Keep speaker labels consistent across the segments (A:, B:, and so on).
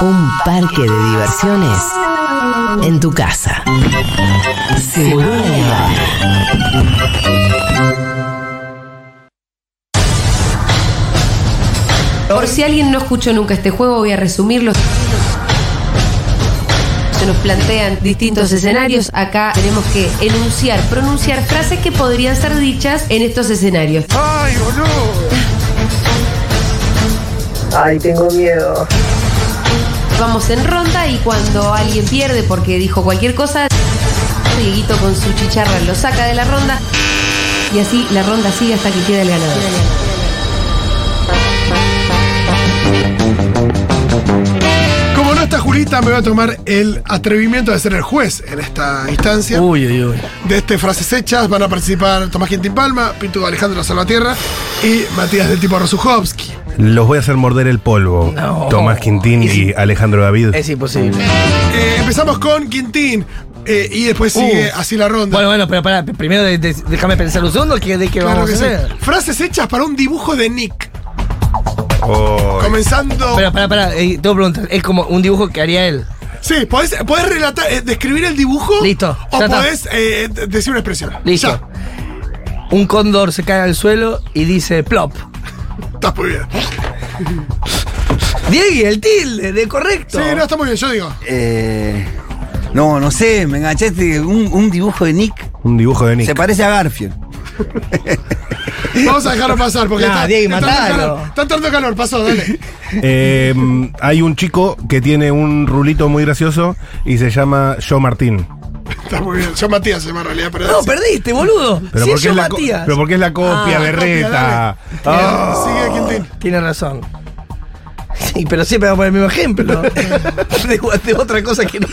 A: Un parque de diversiones en tu casa. Seguro la Habana.
B: Por si alguien no escuchó nunca este juego, voy a resumirlo. Se nos plantean distintos escenarios. Acá tenemos que enunciar, pronunciar frases que podrían ser dichas en estos escenarios.
C: ¡Ay, boludo!
D: Ay, tengo miedo.
B: Vamos en ronda y cuando alguien pierde porque dijo cualquier cosa, Dieguito con su chicharra lo saca de la ronda y así la ronda sigue hasta que quede el ganador.
C: Como no está Julita, me voy a tomar el atrevimiento de ser el juez en esta instancia.
E: Uy, uy, uy.
C: De este Frases Hechas van a participar Tomás Quintín Palma, Pinto Alejandro Salvatierra y Matías del Tipo Rosuchowski.
F: Los voy a hacer morder el polvo.
E: No.
F: Tomás Quintín
E: Es
F: y
E: im-
F: Alejandro David.
E: Es
C: pues
E: imposible.
C: Eh, empezamos con Quintín eh, y después sigue
E: Uh.
C: así la ronda.
E: Bueno, bueno, pero pará, primero de- de- déjame pensar un segundo que, de qué
C: claro
E: vamos
C: que
E: a
C: sí.
E: hacer.
C: Frases hechas para un dibujo de Nick.
F: Oh,
C: Comenzando.
E: Pero pará, pará, eh, tengo que preguntar, es como un dibujo que haría él.
C: Sí, podés, podés relatar, eh, describir el dibujo.
E: Listo,
C: O
E: ya está.
C: podés eh, d- decir una expresión.
E: Listo.
C: Ya,
E: Un cóndor se cae al suelo y dice plop.
C: estás muy bien.
E: Diego, el tilde, de correcto.
C: Sí, no, está muy bien, yo digo.
G: Eh, no, no sé, me enganchaste un, un dibujo de Nick.
F: un dibujo de Nick.
G: Se parece a Garfield.
C: Vamos a dejarlo pasar porque
E: Nah,
C: está,
E: Diego,
C: está entrando
E: matalo.
C: calor. Está entrando calor, pasó, dale.
F: Eh, hay un chico que tiene un rulito muy gracioso y se llama Joe Martín.
C: Está muy bien. Yo Matías se llama en realidad, pero.
E: No, perdiste, boludo.
F: Pero,
E: sí,
F: porque,
E: yo,
F: es la co-
E: Matías.
F: pero porque es la copia,
E: Ah,
F: berreta.
C: Ah, Sigue Quintín.
E: Tiene razón. Sí, pero siempre vamos a poner el mismo ejemplo. de, de otra cosa que no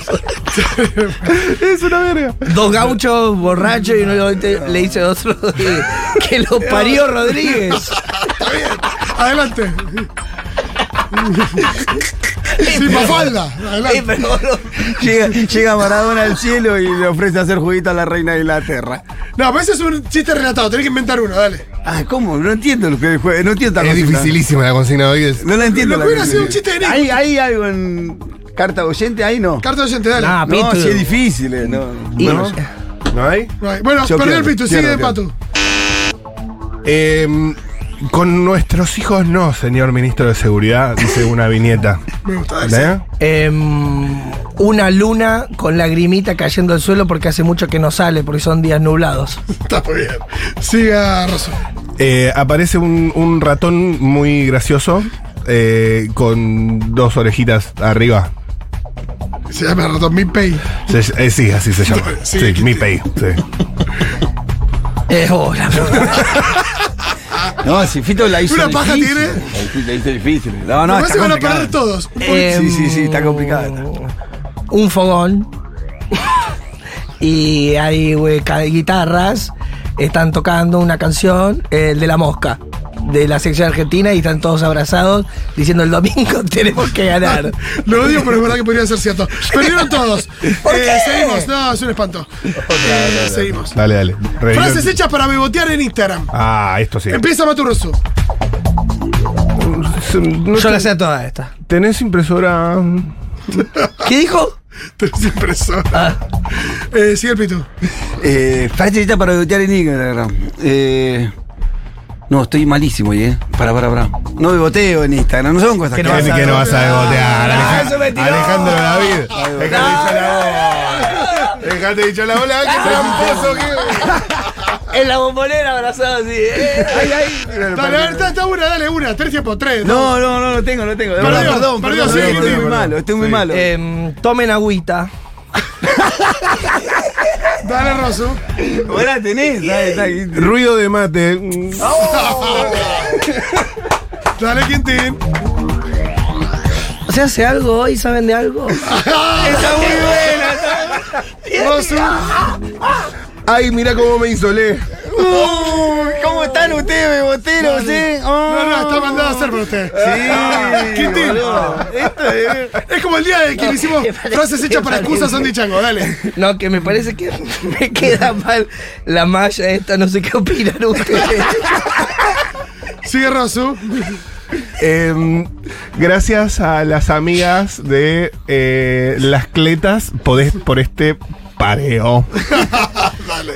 F: es una verga.
E: Dos gauchos borrachos y uno le le dice a otro que lo parió Rodríguez.
C: Está bien. Adelante. Sin mafalda.
E: Eh,
C: Adelante.
E: pero boludo,
G: Llega, llega Maradona al cielo y le ofrece hacer juguito a la reina de Inglaterra.
C: No, pero ese es un chiste relatado, tenés que inventar uno, dale.
G: Ah, ¿cómo? No entiendo lo que juega. No entiendo esta
F: Es
G: consigna.
F: dificilísima la consigna de hoy. es-
G: No la entiendo.
C: Lo que
G: la
C: hubiera sido un
G: consigna.
C: chiste de Nick.
G: ¿Hay, hay algo en carta oyente? Ahí no.
C: Carta oyente, dale.
E: Nah,
G: No,
E: Pitu.
G: sí es difícil. eh, no.
E: Y-
G: Bueno,
F: ¿No hay?
C: Right. Bueno,
G: Yo
C: perdió el
G: pierdo,
C: pito, sigue
G: pierdo,
C: Patu.
F: Eh, con nuestros hijos no, señor ministro de Seguridad, dice una viñeta.
C: Me gusta ese.
F: ¿Eh?
E: Em, una luna con lagrimita cayendo al suelo porque hace mucho que no sale, porque son días nublados.
C: Está muy bien. Siga Rosso.
F: Eh, aparece un, un ratón muy gracioso eh, con dos orejitas arriba.
C: Se llama Ratón Mi Pay.
F: Se- eh, sí, así se llama.
C: Sí,
F: Sí,
C: que-
F: mi pay. sí.
E: Es hora.
G: No, si Fito la hizo
C: Una paja
G: difícil.
C: tiene.
G: La hizo difícil. No, no,
C: No,
G: está
C: se van a
G: complicada.
C: perder todos.
E: Eh,
C: Un poquito.
G: Sí, sí, sí, está complicada esta.
E: Un fogón. y hay güey, ca- guitarras. Están tocando una canción, eh, el de la mosca, de la sección argentina, y están todos abrazados diciendo el domingo tenemos que ganar.
C: Lo odio, pero es verdad que podría ser cierto. Perdieron todos. Eh,
E: qué?
C: seguimos. No, es un espanto.
G: Oh,
C: Eh, seguimos.
F: Dale, dale. Revilo-
C: Frases hechas para bebotear en Instagram.
F: Ah, esto sí.
C: Empieza Maturroso.
F: No
E: Yo
F: te-
E: la sé a toda esta.
F: ¿Tenés impresora?
E: ¿Qué dijo?
C: Tenés impresora. Eh, sigue el pito.
G: Eh, frasecita para bebotear en Instagram. Eh, no, estoy malísimo hoy, ¿eh? Para, para, para. No beboteo en Instagram, no son cosas
E: Que
G: que.
E: no vas
F: ¿Qué,
E: a-
F: qué no vas a degotear?
E: Ah,
F: Aleja-
E: eso Ah. es mentiroso.
F: Alejandro David. Dejate dicho la bola. Dejate dicho la
E: Ah.
F: bola. Qué tramposo que.
E: En la bombonera abrazado así. eh. Ay, ay.
C: Dale, a ver, está, está una, dale, una. Tres tiempos, tres.
G: No, no, no, no tengo, no tengo.
C: Perdió,
G: Perdón, perdón,
C: perdió,
G: perdón,
C: sí,
G: estoy
C: perdón,
G: muy
F: perdón.
G: malo, estoy muy
F: Sí.
G: malo.
E: Em, tomen agüita.
C: dos. Dale, Rosso.
G: Vos la tenés, dale, dale, dale.
F: Ruido de mate.
G: Ah,
C: Dale, Quintín.
E: O sea, hace algo hoy, ¿saben de algo?
C: Está muy buena. Rosso.
F: Ay, mira cómo me insolé.
G: ¿Cómo están ustedes, beboteros, eh?
C: No, no, está mandado a hacer por usted.
G: Sí,
C: Quintín.
G: boludo. Esto es.
C: Es como el día de que le hicimos frases hechas para excusas Andy Chango. Dale.
E: No, que me parece que me queda mal la malla esta, no sé qué opinan ustedes.
C: Sigue Rosso.
F: Em, gracias a las amigas de eh, las cletas podés, por este pareo.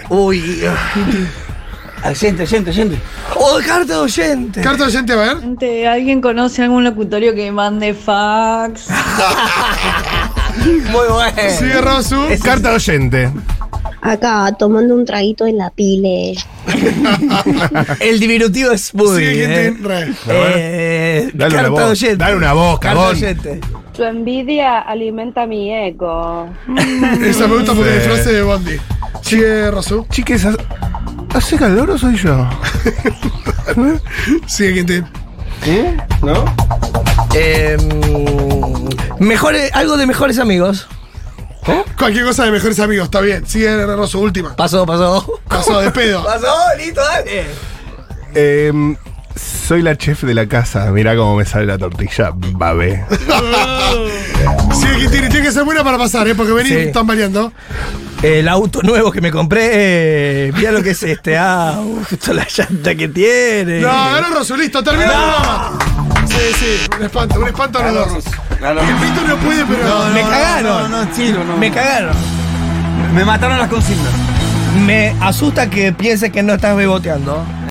E: Uy. eh,
G: Oyente, oyente, oyente.
E: ¡Oh, carta de oyente!
C: Carta oyente, a ver.
D: Gente, ¿Alguien conoce algún locutorio que mande fax?
E: Muy bueno.
C: Sigue Rosu.
F: Carta de oyente.
H: Acá, tomando un traguito en la pile.
E: El diminutivo es muy
C: Sigue
E: bien.
C: gente. Re.
E: Eh,
F: Dale una
E: carta de
F: voz.
E: oyente.
F: Dale una voz,
E: Carta de
F: cagón.
E: oyente.
D: Su envidia alimenta mi ego.
C: Esa me gusta porque
F: Sí.
C: es frase de Bondi. Sigue Rosu.
F: Chiques, ¿ha- ¿hace calor o soy yo?
C: Sigue Quintín.
F: ¿Eh? ¿No?
E: Eh, mm, mejores, algo de mejores amigos.
C: Cualquier cosa de mejores amigos, está bien. Sigue Rosu, última.
E: Pasó, pasó.
C: Pasó de pedo.
E: Pasó, listo, dale.
F: Eh. Em, soy la chef de la casa. Mirá cómo me sale la tortilla, babé.
C: Sigue Quintín. Y tiene que ser buena para pasar, ¿eh? Porque venís,
E: Sí.
C: están variando.
E: El auto nuevo que me compré, eh, mira lo que es este auto, la llanta que tiene.
C: No, ganó Rosu, listo, terminó el programa. Sí, sí, un espanto, un espanto a los dos.
G: Claro.
C: El pito no puede, pero.
E: me
G: no,
E: cagaron.
G: no, no, chilo, no.
E: Me cagaron.
G: Me mataron las consignas.
E: Me asusta que pienses que no estás beboteando.